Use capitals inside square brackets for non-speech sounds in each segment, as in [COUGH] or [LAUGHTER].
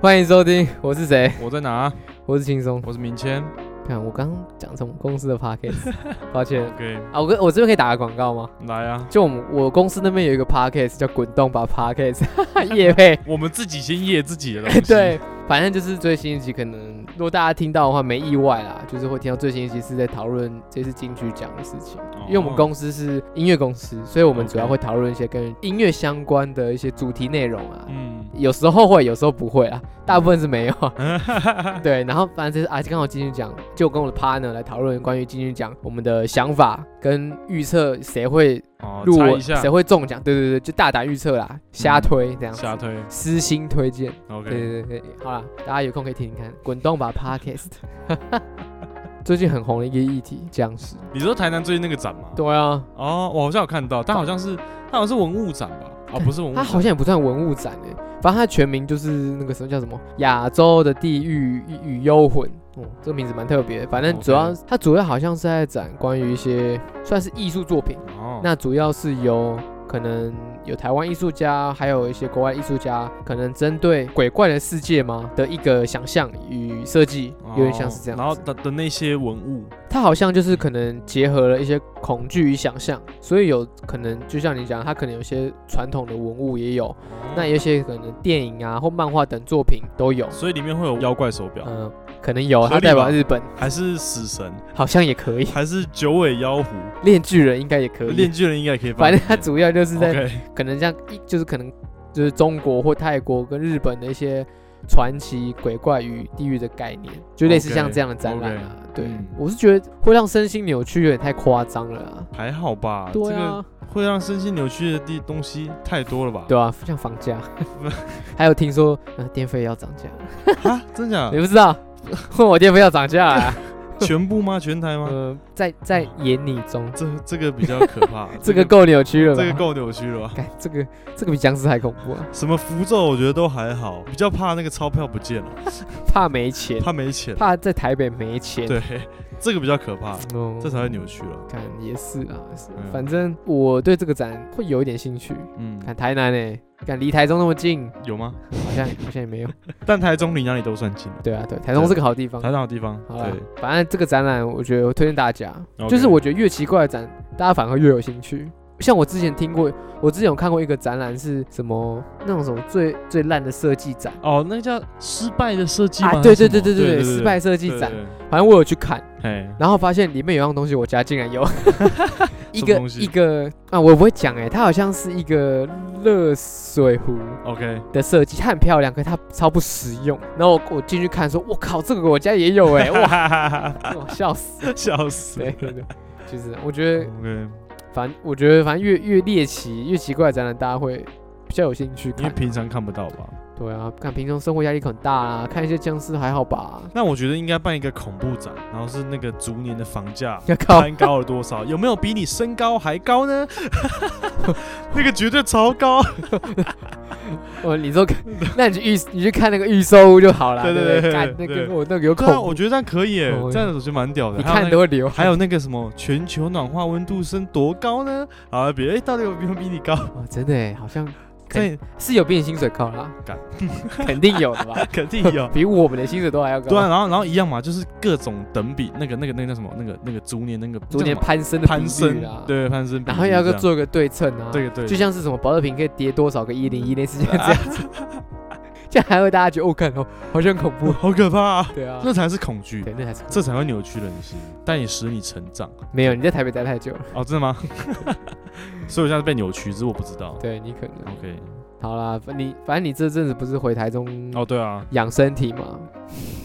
欢迎收听，我是谁？我在哪？啊我是轻松。我是明谦。看我刚刚讲什么公司 [LAUGHS] 的 p a c k a g e 抱歉 OK，啊，我跟我这边可以打个广告吗？来啊，。就我们我公司那边有一个 p a c k a g e 叫滚动吧 p a c [LAUGHS] k a g e 叶配我们自己先业自己的东西。 [LAUGHS] 对，反正就是最新一集，可能如果大家听到的话，没意外啦，就是会听到最新一集是在讨论这次金曲奖的事情。哦，因为我们公司是音乐公司，所以我们主要 OK 会讨论一些跟音乐相关的一些主题内容啊。嗯，有时候会，有时候不会啊，大部分是没 [LAUGHS] 有。对，然后反正就是啊，刚好金曲奖，就我跟我的 partner 来讨论关于金曲奖我们的想法跟预测谁会哦，入猜围，一下嗯谁会中奖。对对对，就大胆预测啦，瞎推这样子，瞎推。私心推荐。 OK，对对对，好啦，大家有空可以听听看，滚动吧 podcast。最近很红的一个议题，僵尸。你说台南最近那个展吗？。对啊，哦，我好像有看到，但好像是它好像是文物展吧？哦，不是文物它展，好像也不算文物展诶，反正它的全名就是那个什么叫什么亚洲的地狱与幽魂，哦、这个名字蛮特别的。反正 OK 主要它主要好像是在展关于一些算是艺术作品，哦，那主要是由可能有台湾艺术家，还有一些国外艺术家，可能针对鬼怪的世界嘛的一个想象与设计，有点像是这样哦子。然后的的那些文物，它好像就是可能结合了一些恐惧与想象，所以有可能就像你讲，它可能有些传统的文物也有。那有些可能电影啊或漫画等作品都有，哦所以里面会有妖怪手表，嗯、可能有，啊合理它代表吧日本，还是死神，好像也可以，还是九尾妖狐，炼巨人应该也可链以，巨人应该也可以放反里正面。它主要就是在 OK，可能像一就是可能就是中国或泰国跟日本的一些传奇鬼怪与地狱的概念，就类似 OK，像这样的展览啊。对嗯，我是觉得会让身心扭曲有点太夸张了啊。还好吧？对这个啊，会让身心扭曲的地东西太多了吧？对啊，像房 [LAUGHS] 价，还有听说呃电费要涨价了，啊，真 [LAUGHS] 假你？不知 [LAUGHS] 道？问我电费要涨价啊？全部吗？全台吗？呃，在在眼里中，这这个比较 [LAUGHS]，可怕这个够扭曲了吧？这个够扭曲了吧？干，这个这个比僵尸还恐怖啊！什么符咒我觉得都还好，比较怕那个钞票不见了， [LAUGHS] 怕没钱，怕没钱。怕在台北没钱。对， [LAUGHS] 这个比较可怕， [LAUGHS] 嗯，这才会扭曲了。看也是啊，是嗯反正我对这个展会有一点兴趣。嗯，看台南诶、看离台中那么近，有吗？好像好像也 [LAUGHS] 没有。但台中离哪里都算近，对啊，对，台中是个好地方。台上的地方。好啦对，，反正这个展览，我觉得我推荐大家 OK 就是我觉得越奇怪的展，大家反而越有兴趣。像我之前听过，我之前有看过一个展览是什么那种什么最最烂的设计展哦，那个叫失败的设计啊，吗？对还是对什对么对对对，失败设计展，。反正我有去看，哎，然后发现里面有样东西我家竟然 [LAUGHS] 有， [LAUGHS] 一什么个东西一个啊，我不会讲哎、它好像是一个热水壶 OK，的设计，它很漂亮，可是它超不实用。然后我我进去看说，我靠，这个我家也有哎、 [LAUGHS] 哇，哇，我笑死！笑死。对对对，就是我觉得， OK，反正我觉得，反正越越猎奇、越奇怪的展览，大家会比较有兴趣因为看。平常看不到吧？对啊，看平常生活压力很大啊，看一些僵尸还好 [LAUGHS] 吧？那我觉得应该办一个恐怖展，然后是那个逐年的房 [LAUGHS] 价要靠攀高了多少，有没有比你身高还高呢？ [LAUGHS] 那个绝对超高，我，你说， [LAUGHS] 那你去预你去看那个预售屋就好了。对对对不对干那对个我那个有恐对啊，怖我觉得这样可以耶哦，这样子我觉得蛮屌的。你还有看那都个会流汗。还有那个什么全球暖化温度升多高呢？啊，别、诶到底有没有 [LAUGHS] 比你高？哇，真的哎，好像肯这是有比你薪水高啦干， [LAUGHS] 肯定有的吧？。[LAUGHS] 肯定 [LAUGHS] 有比我们的薪水都还要高。对啊，然后然后一样嘛，就是各种等比，那个那个那个叫什么，那个那个逐年那个逐年叫什么攀升的攀比率升啦，，对攀升比例这然样，后要个做个对称啊，这个对，就像是什么保乐瓶可以叠多少个一 [LAUGHS] 零一类似像这样子， [LAUGHS] 这样还会大家觉得哦，看哦，好像很恐 [LAUGHS] 怖。哇好可怕、啊， [LAUGHS] 对啊，这才是恐惧。对，那还是恐怖这才会扭曲人心，但也使你成长。没有你在台北待太久了，哦，真的吗？ [LAUGHS] 所以我现在被扭曲，只是我不知道。对你可能 OK，好啦，反你反正你这阵子不是回台中哦，对啊，养身体嘛，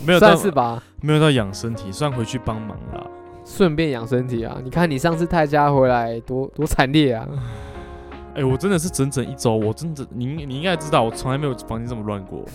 没有到算是吧，没有到养身体，算回去帮忙啦。顺便养身体啊。你看你上次泰家回来多多惨烈啊，哎、我真的是整整一周，我真的，你你应该知道，我从来没有房间这么乱过。 [LAUGHS]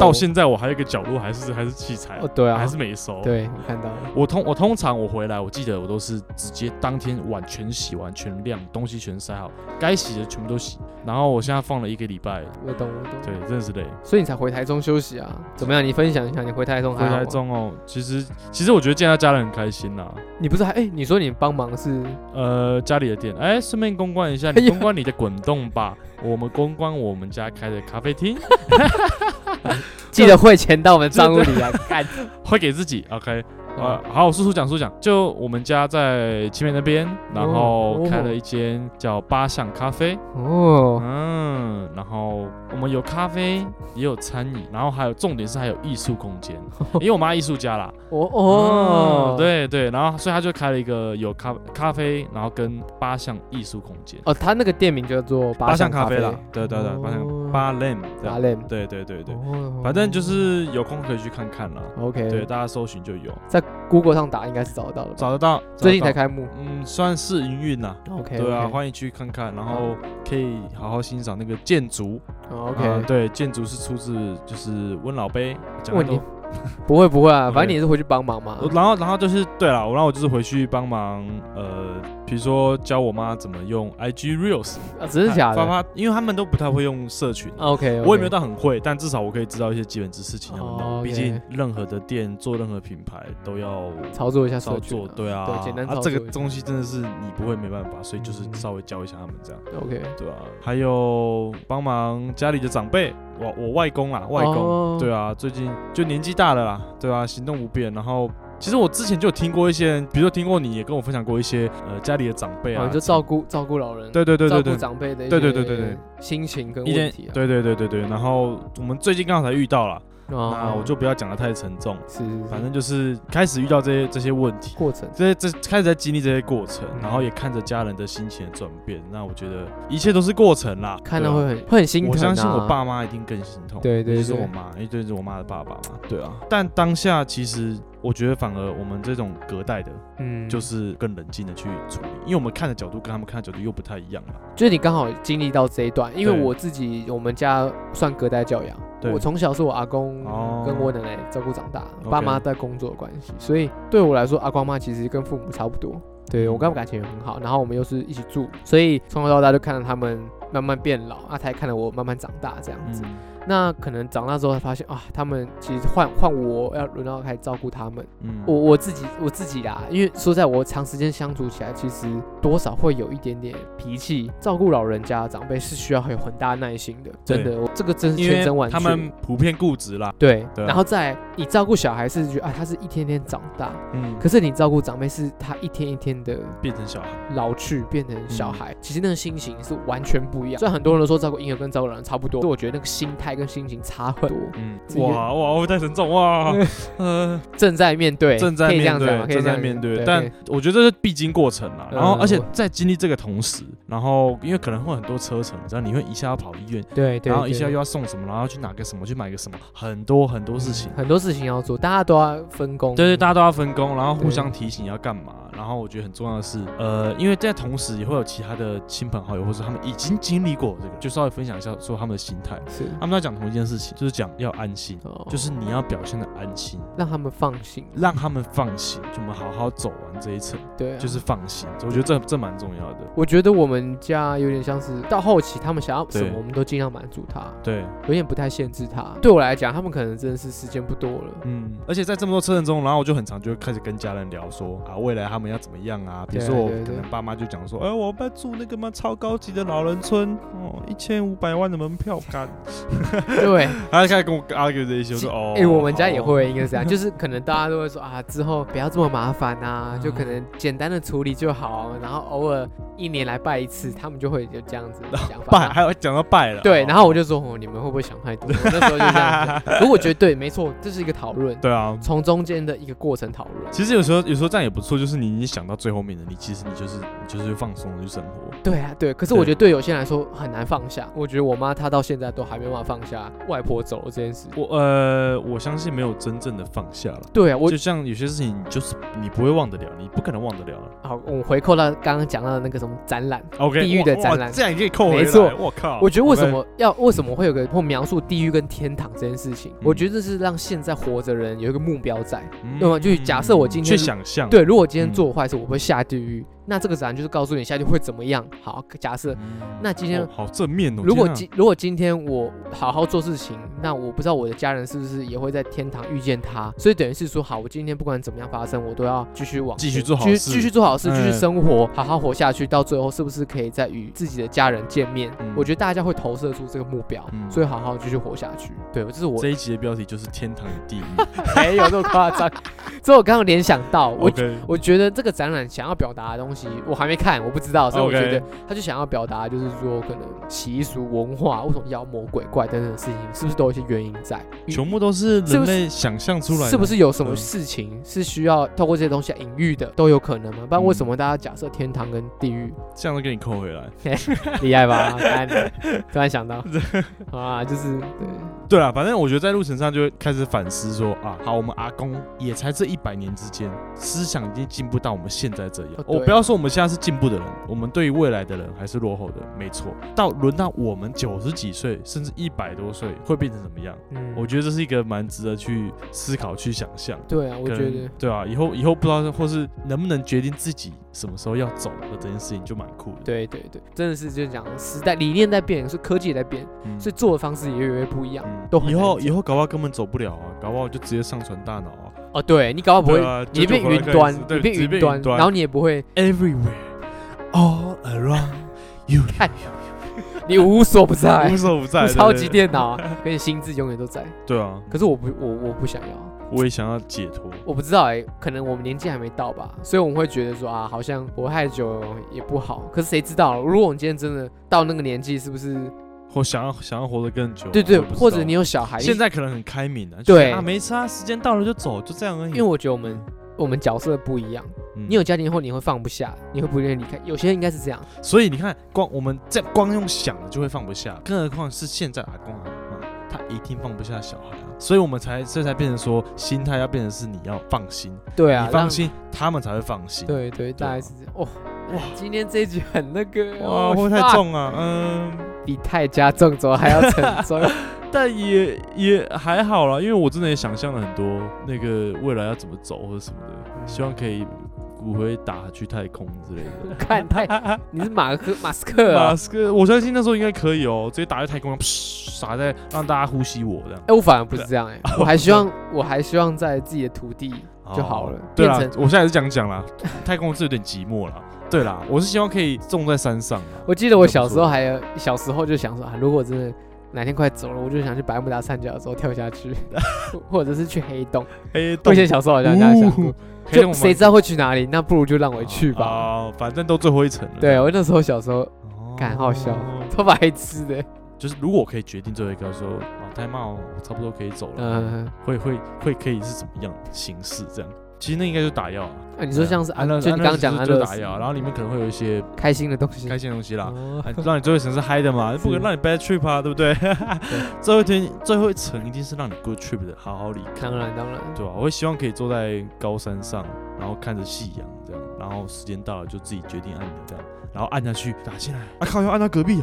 到现在哦我还有一个角落还是还是器材，哦对啊，还是没收。，对我看到了，我通我通常我回来，我记得我都是直接当天碗全洗完，全晾，东西全塞好，该洗的全部都洗。然后我现在放了一个礼拜，我懂我懂。对，真的是累。所以你才回台中休息啊？怎么样？你分享一下你回台中还回好啊吗台，中哦，其实其实我觉得见到家人很开心啦、你不是还哎、你说你帮忙是呃，家里的店，哎，顺便公关一下，哎你呀公关你的滚动吧，我们公关我们家开的咖啡厅，记得汇钱到我们账户里啊来看。 [LAUGHS] 会给自己 OK。啊，好，速速讲，速速讲。就我们家在前面那边，然后开了一间叫八巷咖啡，哦，嗯，然后我们有咖啡，也有餐饮，然后还有重点是还有艺术空 [LAUGHS] 间，因为我妈艺术家啦，哦哦哦，，，对对，然后所以她就开了一个有咖咖啡，然后跟八巷艺术空间，哦，他那个店名叫做八巷巷咖啡啡啦，对对对，八哦巷八 lem，八对啊 lem，对对对对，哦反正就是有空可以去看看啦。对， OK，大家搜寻就有，在 Google 上打应该是找得到的吧，找得到。最近才开，开幕。嗯，算是营运啦。 OK，对啊，欢迎去看看，然后可以好好欣赏那个建筑。啊，OK，对，建筑是出自就是温老杯讲哇的你都。不会不会啊， OK 反正你也是回去帮忙嘛我。然后然后就是对了，我然后我就是回去帮忙，呃，比如说教我妈怎么用 IG Reels，啊真的假哎发的啊发，因为他们都不太会用社群。 ？OK，我也没有到很会，但至少我可以知道一些基本知识，请他们哦弄。 ，OK 毕竟任何的店做任何品牌都要操作一下操社群作，对啊，对，简单操啊，作这一下。个东西真的是你不会没办法，所以就是嗯稍微教一下他们这样， OK，对啊。还有帮忙家里的长辈，我我外公啦，外公，哦对啊，最近就年纪大了啦，对啊，行动不便。然后其实我之前就有听过一些人，比如说听过你也跟我分享过一些呃家里的长辈啊啊，，就照顾照顾老人，对对对对照对顾，长辈的一对对些对对对心情跟一问点题啊。对对对对对。然后我们最近刚好才遇到啦，哦，那我就不要讲的太沉重，是是是反正就是开始遇到这些这些问题，过程这这开始在经历这些过程，嗯然后也看着家人的心情的转变。那我觉得一切都是过程啦，看到对啊会很会很心疼啊。我相信我爸妈一定更心痛，对对尤其是对我妈，因为这是我妈的爸爸嘛，对啊。但当下其实我觉得反而我们这种隔代的，嗯，就是更冷静的去处理，因为我们看的角度跟他们看的角度又不太一样啊了。就是你刚好经历到这一段，因为对我自己我们家算隔代教养，对我从小是我阿公哦跟我奶奶照顾长大， OK 爸妈在工作的关系，所以对我来说，阿公阿妈其实跟父母差不嗯多。对我跟他们感情也很好，然后我们又是一起住，所以从小到大就看着他们慢慢变老，啊，才看着我慢慢长大这样子。嗯那可能长大之后才发现啊，他们其实换换我要轮到开始照顾他们，嗯我我自己我自己啦，因为说实在我长时间相处起来，其实多少会有一点点脾气。照顾老人家长辈是需要有很大耐心的，真的，我这个真是因千为真万确。他们普遍固执啦，对，对啊然后再来你照顾小孩是觉得啊，他是一天天长大，嗯，可是你照顾长辈是他一天一天的变成小孩，老去变成嗯小孩，其实那个心情是完全不一样。虽然很多人都说照顾婴儿跟照顾老人差不多，但我觉得那个心态跟心情差很多。嗯，自己哇哇，会不会太沉重哇，呃，正在面对，正在可以这面样讲吗嗯对，可以正这样在讲面对对，但对我觉得这是必经过程啦。然后，嗯而且在经历这个同时，然后因为可能会很多车程，然后你会一下要跑医院，对对，然后一下对又要送什么，然后去拿个什么，去买个什么，很多很多事情。很多事情要做，大家都要分工。对对，大家都要分工，然后互对相提醒要干嘛。然后我觉得很重要的是，呃，因为在同时也会有其他的亲朋好友，或者他们已经经历过这个，就稍微分享一下说他们的心态。是，他们都在讲同一件事情，就是讲要安心，哦就是你要表现的安心，让他们放心。让他们放心，就我们好好走完这一程。对、啊，就是放心，我觉得这这蛮重要的。我觉得我们家有点像是到后期，他们想要什么，对我们都尽量满足他，对，有点不太限制他。对我来讲，他们可能真的是时间不多了。 [LAUGHS] 嗯，而且在这么多车程中，然后我就很常就会开始跟家人聊说啊，未来他们要怎么样啊？比如对说我对可对能爸妈就讲说，哎，我们要住那个嘛超高级的老人村，哦，一千五百万的门票 [LAUGHS] 干，对，他就开始跟我 argue 这一些，我其说哦，哎、我们家也好哦，会应该是 [LAUGHS] 这样，就是可能大家都会说啊，之后不要这么麻烦嗯啊，就可能简单的处理就好，然后偶尔一年来拜一次，他们就会有这样子的想 [LAUGHS] 拜法。还有讲到拜了，对，哦然后我就说，哦，你们会不会想太多？我那时候就这样子。 [LAUGHS] 如果觉得对，没错，这是一个讨论， [LAUGHS] 对啊。从中间的一个过程讨论。其实有时候，有时候这样也不错，就是你已经想到最后面了，你其实你就是你就是放松的去生活。对啊，对。可是对我觉得对有些人来说很难放下。我觉得我妈她到现在都还没办法放下外婆走了这件事。我呃，我相信没有真正的放下了。对啊，我就像有些事情，就是你不会忘得了，你不可能忘得了。啊好，我们回扣到刚刚讲到的那个什么展览。 OK，地狱的展览哇哇这样也可以扣回来。没错我靠，我觉得为什么要为什么会有个或描述地狱跟天堂这件事情？我觉得这是让现在活着人有一个目标在。嗯呃那么就假设我今天去想象，对，如果今天嗯做坏事，我会下地狱。那这个展就是告诉你下一季会怎么样。好，假设那今天哦好正面哦。如果天啊今如果今天我好好做事情，那我不知道我的家人是不是也会在天堂遇见他，所以等于是说，好，我今天不管怎么样发生，我都要继续往继续前做好继续事继续做好事，继续嗯生活，好好活下去，到最后是不是可以再与自己的家人见面？嗯我觉得大家会投射出这个目标，嗯所以好好继续活下去。对，这 [LAUGHS] 是我这一集的标题就是天堂与地狱。没有那么夸张， [LAUGHS] 这我刚刚联想到， [LAUGHS] 我 OK，我觉得这个展览想要表达的东西，我还没看，我不知道，所以我 OK 觉得他就想要表达，就是说可能习俗文化，为什么妖魔鬼怪等等的事情，是不是都有一些原因在？全部都是是不人是类想象出来的，是不是有什么嗯事情是需要透过这些东西来隐喻的，都有可能吗？不然为什嗯么大家假设天堂跟地狱这样都给你扣回来？厉害 [LAUGHS] 吧？干突然 [LAUGHS] 想到，好啊，就是对，对啊，反正我觉得在路程上就会开始反思说啊，好，我们阿公也才这一百年之间，思想已经进步到我们现在这样哦。我、对不要说我们现在是进步的人，我们对于未来的人还是落后的，没错。到轮到我们九十几岁，甚至一百多岁，会变成怎么样？嗯，我觉得这是一个蛮值得去思考、去想象。对啊，我觉跟得对啊，以后以后不知道或是能不能决定自己什么时候要走的这件事情就蛮酷的。对对对，真的是就是讲时代理念在变，是科技也在变，嗯，所以做的方式也越来越不一样。嗯都很以难后讲以后搞不好根本走不了啊，搞不好就直接上传大脑啊。哦，对你搞不好不对会啊你就变就云回来端，看你对变直接云变端，云端然后你也不会， everywhere, all around you，你无所不在 [LAUGHS] 无，所不在，你对 [LAUGHS] 超级，电脑啊，跟你心智永远都在。对对啊，可是我不，我我不想要，啊我也想要解脱，我不知道哎、可能我们年纪还没到吧，所以我们会觉得说啊，好像活太久也不好。可是谁知道，如果我们今天真的到那个年纪，是不是？或想要想要活得更久，啊对对，我不知道或者你有小孩，现在可能很开明的，对就是啊，没差，时间到了就走，就这样而已。因为我觉得我们我们角色不一样，嗯你有，家庭后你会放不下，你会不愿意离开，有些人应该是这样。所以你看，光我们在光用想的就会放不下，更何况是现在阿公阿妈，他一定放不下小孩啊，所以我们才这才变成说，心态要变成是你要放心，对啊，你放让心，他们才会放心。对对，大概啊是这样。哦，哇，今天这一集很那个，哇，哦会不会太 fuck 重啊？嗯。比泰加纵轴还要沉 [LAUGHS] 重。但也也还好啦，因为我真的也想象了很多那个未来要怎么走或者什么嗯的，希望可以骨灰打去太空之类 [LAUGHS] 的。看太，你是马克马斯克啊马？斯克，我相信那时候应该可以哦，直接打去太空，噗撒在让大家呼吸我这样哎、我反而不是这 [LAUGHS] 样哎、我还希望，我还希望在自己的土地就好了，哦对变啦成，我现在也是这样讲啦， [LAUGHS] 太空是有点寂寞啦。对啦，我是希望可以种在山上 [LAUGHS] 啦。我记得我小时候还有小时候就想说啊，如果真的哪天快走了，我就想去百慕达三角洲跳下 [LAUGHS] 去，或者是去黑洞。黑 [LAUGHS] 我洞以，前小时候好像这样想过，黑 [LAUGHS] 洞就吗谁知道会去哪里？那不如就让我去 [LAUGHS] 吧。哦，反正都最后一层了。对，我那时候小时候哦，干好笑超白痴的，就是如果我可以决定最后一个说，哦，太茂，我差不多可以走了，嗯、会会会可以是怎么样的形式这样？其实那应该就打药啊。啊，你说像是安乐，就你刚刚讲的安就乐是死打药，啊然后里面可能会有一些开心的东西开心的东西啦，哦 [LAUGHS] 啊让你最后一层是嗨的嘛，不可能让你 bad trip 啊，对不对？ [LAUGHS] 最后一天最后一层一定是让你 good trip 的，好好离开，当然当然， [LAUGHS] 对吧、我会希望可以坐在高山上，然后看着夕阳这样，然后时间到了就自己决定按钮这样，然后按下去打进来，啊靠，要按到隔壁，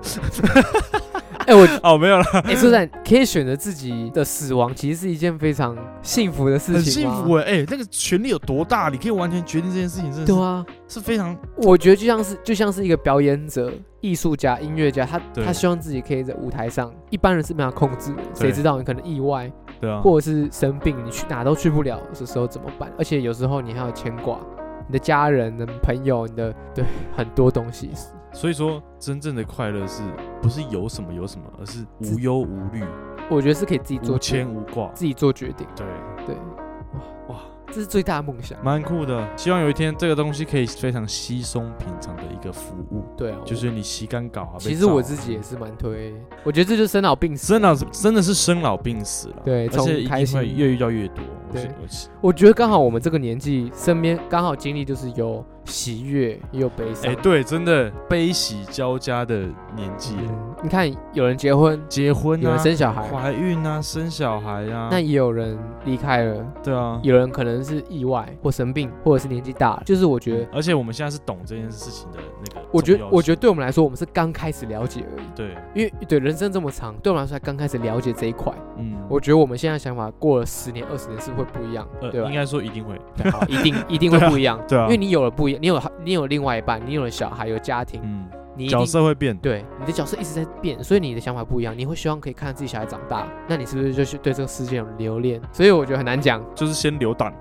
哎、我哦没有啦，哎、欸，说实在可以选择自己的死亡，其实是一件非常幸福的事很情幸吗，福哎、哎、那个权力有多大？你可以完全决定这件事情，真的是对啊，是非常我觉得就像是就像是一个表演者、艺术家、音乐家，他对他希望自己可以在舞台上，一般人是没法控制的，谁知道你可能意外对啊，或者是生病，你去哪都去不了的时候怎么办？而且有时候你还有牵挂，你的家人、你的朋友、你的对很多东西，所以说真正的快乐是不是有什么有什么，而是无忧无虑、我觉得是可以自己做无决牵无挂。自己做决定，对，对，哇哇嗯哇，这是最大的梦想，蛮酷的。希望有一天这个东西可以非常稀松平常的一个服务，对啊，就我是你洗干搞啊。其被实我照自啊己也是蛮推，我觉得这就是生老病死。生老真的是生老病死了，对而从且一开定心会越遇到越多。我对是我是我觉得刚好我们这个年纪，身边刚好经历就是有喜悦也有悲伤。哎，对，真的悲喜交加的年纪，嗯你看，有人结婚，结婚有啊人，生小孩，怀孕啊，生小孩啊，那也有人离开了，对啊，有人可能是意外或生病，或者是年纪大了。就是我觉得，而且我们现在是懂这件事情的那个，我觉得，我觉得对我们来说，我们是刚开始了解而已。对，因为对人生这么长，对我们来说才刚开始了解这一块。嗯，我觉得我们现在想法过了十年、二十年是不是会不一样，呃对吧应？该说一定会， [LAUGHS] 好一定一定会不一样，对啊因为你有了不一一样，你有你有另外一半，你有了小孩，有家庭，嗯，你一定角色会变，对你的角色一直在变，所以你的想法不一样，你会希望可以看自己小孩长大，那你是不是就是对这个世界有留恋？所以我觉得很难讲，就是先留档。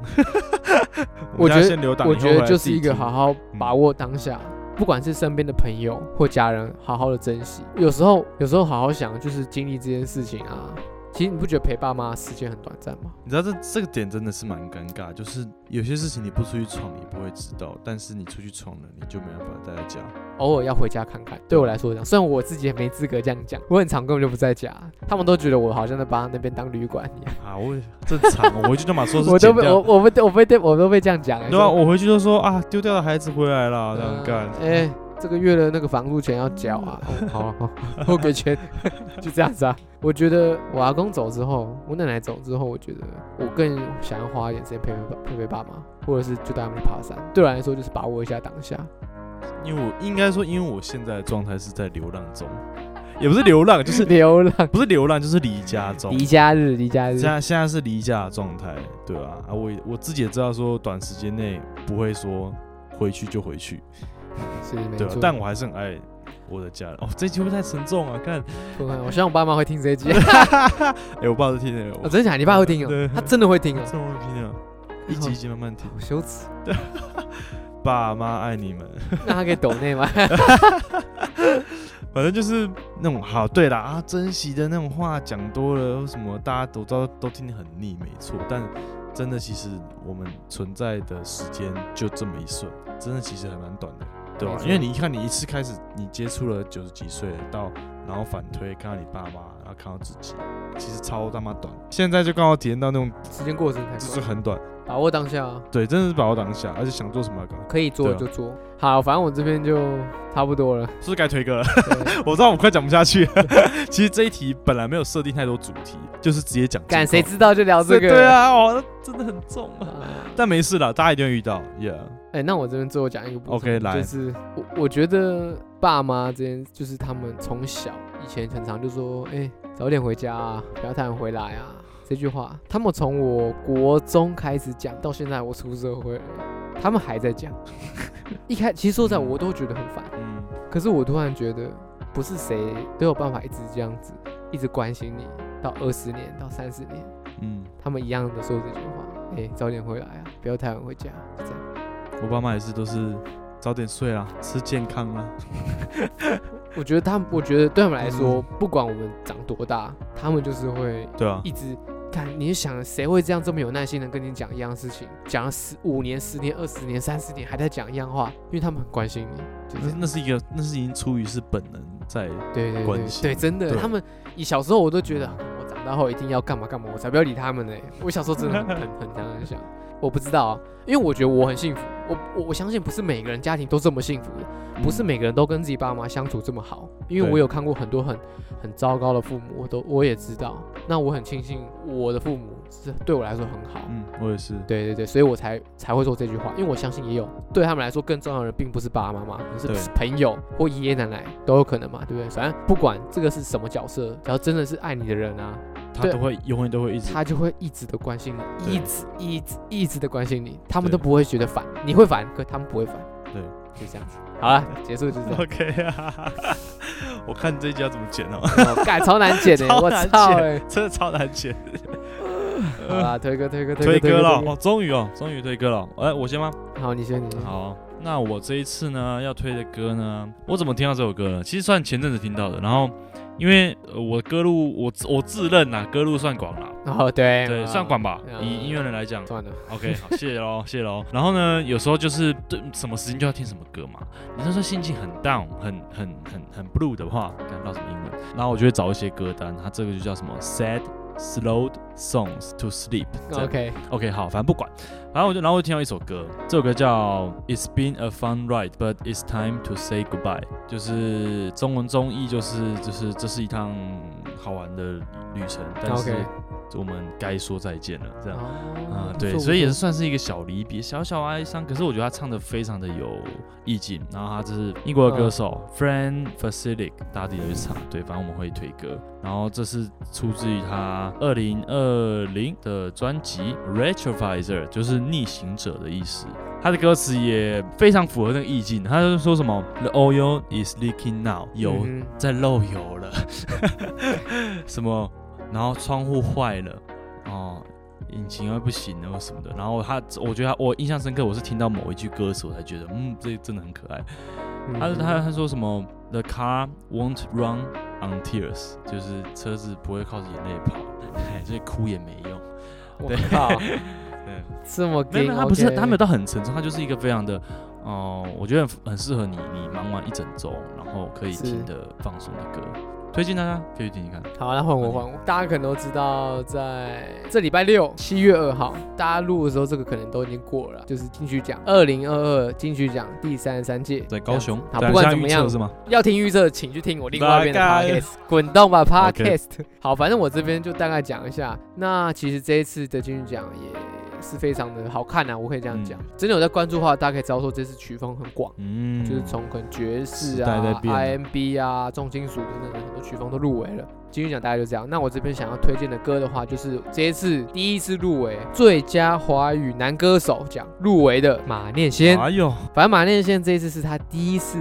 我们觉家得先留档，我以后觉回得来就自是己嗯一个听好好把握当下，不管是身边的朋友或家人，好好的珍惜。有时候，有时候好好想，就是经历这件事情啊。其实你不觉得陪爸妈的时间很短暂吗？你知道这这个点真的是蛮尴尬，就是有些事情你不出去闯你不会知道，但是你出去闯了你就没办法 [LAUGHS] 待在家。偶尔要回家看看，对嗯我来说这样。虽然我自己也没资格这样讲，我很常根本就不在家，他们都觉得我好像在把那边当旅馆一样。啊，我正常，我回去就马说是我都剪被我掉。我被我被我都被这样讲、欸。对啊，我回去就说啊，丢掉的孩子回来了，说这样干。呃哎、这个月的那个房租钱要缴啊。哦好啊好啊，我给钱， [LAUGHS] 就这样子啊。我觉得我阿公走之后，我奶奶走之后，我觉得我更想要花一点时间陪陪爸陪陪爸妈，或者是就带他们去爬山。对我来说，就是把握一下当下。因为我应该说，因为我现在的状态是在流浪中，也不是流 [LAUGHS] 浪，就是流浪，不是流浪，就是离家中。离家日，离家日现。在现在是离家的状态，对啊，啊，我也我自己也知道说，短时间内不会说回去就回去，是没对啊错。，但我还是很爱我的家人。哦，这句会不会太 [LAUGHS] 沉重啊，看，不会我希望我爸妈会听这一集。 [LAUGHS] 哎、我爸都听了，我我真的假的？你爸会听哦对，他真的会听哦， [LAUGHS] 这么听啊，一集一集慢慢听。好羞耻。爸妈爱你们，那他可以抖内吗？ [LAUGHS] 反正就是那种好，对啦啊，珍惜的那种话讲多了，或什么大家都知道都听得很腻，没错，但。真的，其实我们存在的时间就这么一瞬，真的其实还蛮短的，对吧、没错因为你一看，你一次开始，你接触了九十几岁到，然后反推看到你爸妈，然后看到自己，其实超他妈短。现在就刚好体验到那种，时间过得真的太就是快，很短，把握当下啊。对，真的是把握当下，而且想做什么要干嘛，可以做对啊就做。好，反正我这边就差不多了。是不是该推歌了？对 [LAUGHS] 我知道我快讲不下去 [LAUGHS] 了。其实这一题本来没有设定太多主题，就是直接讲近况。干谁知道就聊这个？对啊，哦，那真的很重啊。啊。但没事了，大家一定会遇到，Yeah。 [LAUGHS] 哎、那我这边最后讲一个部分 OK，来就是我我觉得爸妈这件，就是他们从小以前很常就说，哎、早点回家啊，不要太晚回来啊，这句话，他们从我国中开始讲到现在我出社会了，他们还在讲。 [LAUGHS] 一开其实说实在，我都觉得很烦，嗯，可是我突然觉得，不是谁都有办法一直这样子，一直关心你到二十年到三十年，嗯，他们一样的说这句话，哎、早点回来啊，不要太晚回家，就这样。我爸妈也是，都是早点睡啊，吃健康啊。我觉得他们， [LAUGHS] 我觉得对他们来说，不管我们长多大，他们就是会对啊，一直看。你想谁会这样这么有耐心的跟你讲一样事情，讲了十五年、十年、二十年、三十年，还在讲一样话？因为他们很关心你，就那是那是一个，那是已经出于是本能在。对对对关对心对，真的，对他们以小时候我都觉得我长大后一定要干嘛干嘛，我才不要理他们呢。 [LAUGHS] 我小时候真的很很很很这样想，我不知道啊，因为我觉得我很幸福，我我我相信不是每个人家庭都这么幸福的，不是每个人都跟自己爸妈相处这么好，因为嗯对我有看过很多很很糟糕的父母，我都我也知道。那我很庆幸我的父母是对我来说很好，嗯，我也是。对对对，所以我才才会说这句话，因为我相信也有对他们来说更重要的人，并不是爸爸妈妈，而是对朋友或爷爷奶奶都有可能嘛，对不对？反正不管这个是什么角色，只要真的是爱你的人啊，他对都会永远都会一直。他就会一直的关心你，对一直一直一直的关心你，他们都对不会觉得烦，你会烦，可他们不会烦，对，就这样子。好了，结束就是这 [LAUGHS] 样。 [LAUGHS] OK [LAUGHS] 啊，我看这一家怎么剪哦， [LAUGHS] 哦干、超难 [LAUGHS] 剪的、超我难操、剪欸！真的超难剪。好啦，推歌推歌推歌歌了推歌哦，终于哦，终于推歌了。哎，我先吗？好，你先你先。好，那我这一次呢要推的歌呢，我怎么听到这首歌了？其实算前阵子听到的，然后因为、呃我歌路我自我自认啊，歌路算广啦，哦，对对，啊算广吧，嗯以音乐人来讲。算了， OK，好，谢谢喽，谢谢喽。然后呢，有时候就是对什么时间就要听什么歌嘛。你那时候心情很 down、很很很很 blue 的话，看到什么英文，然后我就会找一些歌单，它这个就叫什么 sad slowed songs to sleep 这样。 OK， OK，好，反正不管，反正我就然后我就听到一首歌，这首歌叫 It's been a fun ride, but it's time to say goodbye，就是中文中译就是就是这是一趟好玩的旅程，但是 OK 我们该说再见了，这样。啊、啊对，所以也是算是一个小离别，小小哀伤。可是我觉得他唱的非常的有意境，然后他这是英国嗯的歌手、Fran Facilic，大家自己去唱。对，反正我们会推歌。然后这是出自于他二零二零的专辑《Retrovisor》，就是逆行者的意思。他的歌词也非常符合那个意境。他就说什么 “The oil is leaking now”，油嗯哼在漏油了， [LAUGHS] 什么，然后窗户坏了，哦，引擎又不行了或什么的。然后他，我觉得他我印象深刻，我是听到某一句歌词，我才觉得，嗯，这真的很可爱。嗯他哼他他说什么？The car won't run on tears，就是车子不会靠着眼泪跑，嘿所以哭也没用。我对靠， [LAUGHS] 对，这么没有给没有，他不是他没有到很沉重，他就是一个非常的，哦、我觉得很很适合你，你忙完一整周，然后可以是听的放松的歌，推荐大家可以听听看。好，那换我换我。大家可能都知道，在这礼拜六七月二号，大家录的时候，这个可能都已经过了，就是金曲奖二零二二金曲奖第三十三届，在高雄，好，等不一管下怎么预测样，是吗？要听预测，请去听我另外一边的大概 podcast，滚动吧 OK podcast。好，反正我这边就大概讲一下。那其实这一次的金曲奖也是非常的好看啊，我可以这样讲。嗯真的有在关注的话，大家可以知道说这次曲风很广。嗯，就是从可能爵士时代在啊、变 IMB 啊、重金属等等的很多曲风都入围了。金曲奖大概就这样。那我这边想要推荐的歌的话，就是这一次第一次入围最佳华语男歌手奖入围的马念先。哎呦，反正马念先这一次是他第一次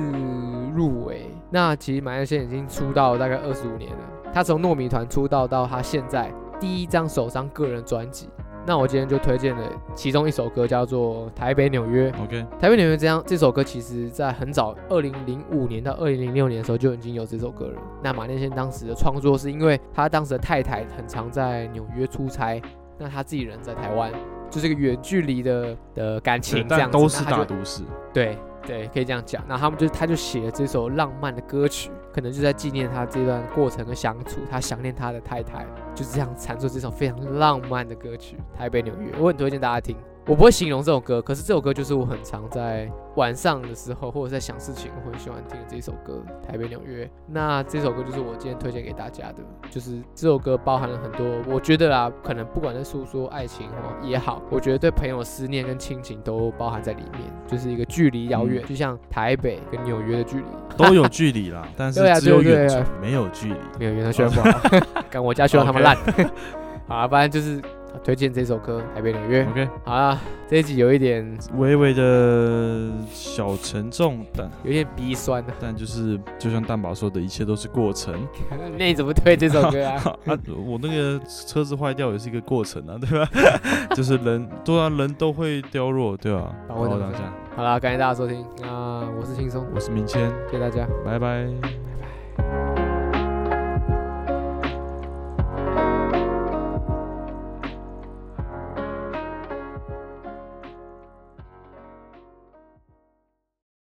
入围。那其实马念先已经出道大概二十五年了，他从糯米团出道到他现在第一张首张个人专辑。那我今天就推荐了其中一首歌，叫做《台北纽约》。 ，OK，台北纽约这样这首歌，其实在很早，二零零五年到二零零六年的时候就已经有这首歌了。那马念先当时的创作是因为他当时的太太很常在纽约出差，那他自己人在台湾，就是一个远距离的的感对情这但样子。都是那他就大都 [LAUGHS] 市，对对，可以这样讲。那他们就他就写了这首浪漫的歌曲，可能就在纪念他这段过程跟相处，他想念他的太太，就是这样产出这首非常浪漫的歌曲《台北纽约》，我很推荐大家听。我不会形容这首歌，可是这首歌就是我很常在晚上的时候，或者在想事情，我很喜欢听的这首歌《台北纽约》。那这首歌就是我今天推荐给大家的，就是这首歌包含了很多，我觉得啦，可能不管在诉说爱情或也好，我觉得对朋友思念跟亲情都包含在里面，就是一个距离遥远，就像台北跟纽约的距离。都有距离啦，但是对啊只有对远对处，没有距离。没有，原来学不好， [LAUGHS] 跟我家学校他们烂。 [LAUGHS] 好啦，反正就是推荐这首歌《台北纽约》。 OK，好啦，这一集有一点微微的小沉重，但有点鼻酸啊， [LAUGHS] 但就是就像蛋宝说的，一切都是过程。 [LAUGHS] 那你怎么推这首歌啊？啊，我那个车子坏掉也是一个过程啊，对吧？ [LAUGHS] 就是人，对啊，人都会凋落，对吧、啊？把好握好当当下下，好啦，感谢大家收听，那我是轻松，我是明谦，谢谢大家。拜拜。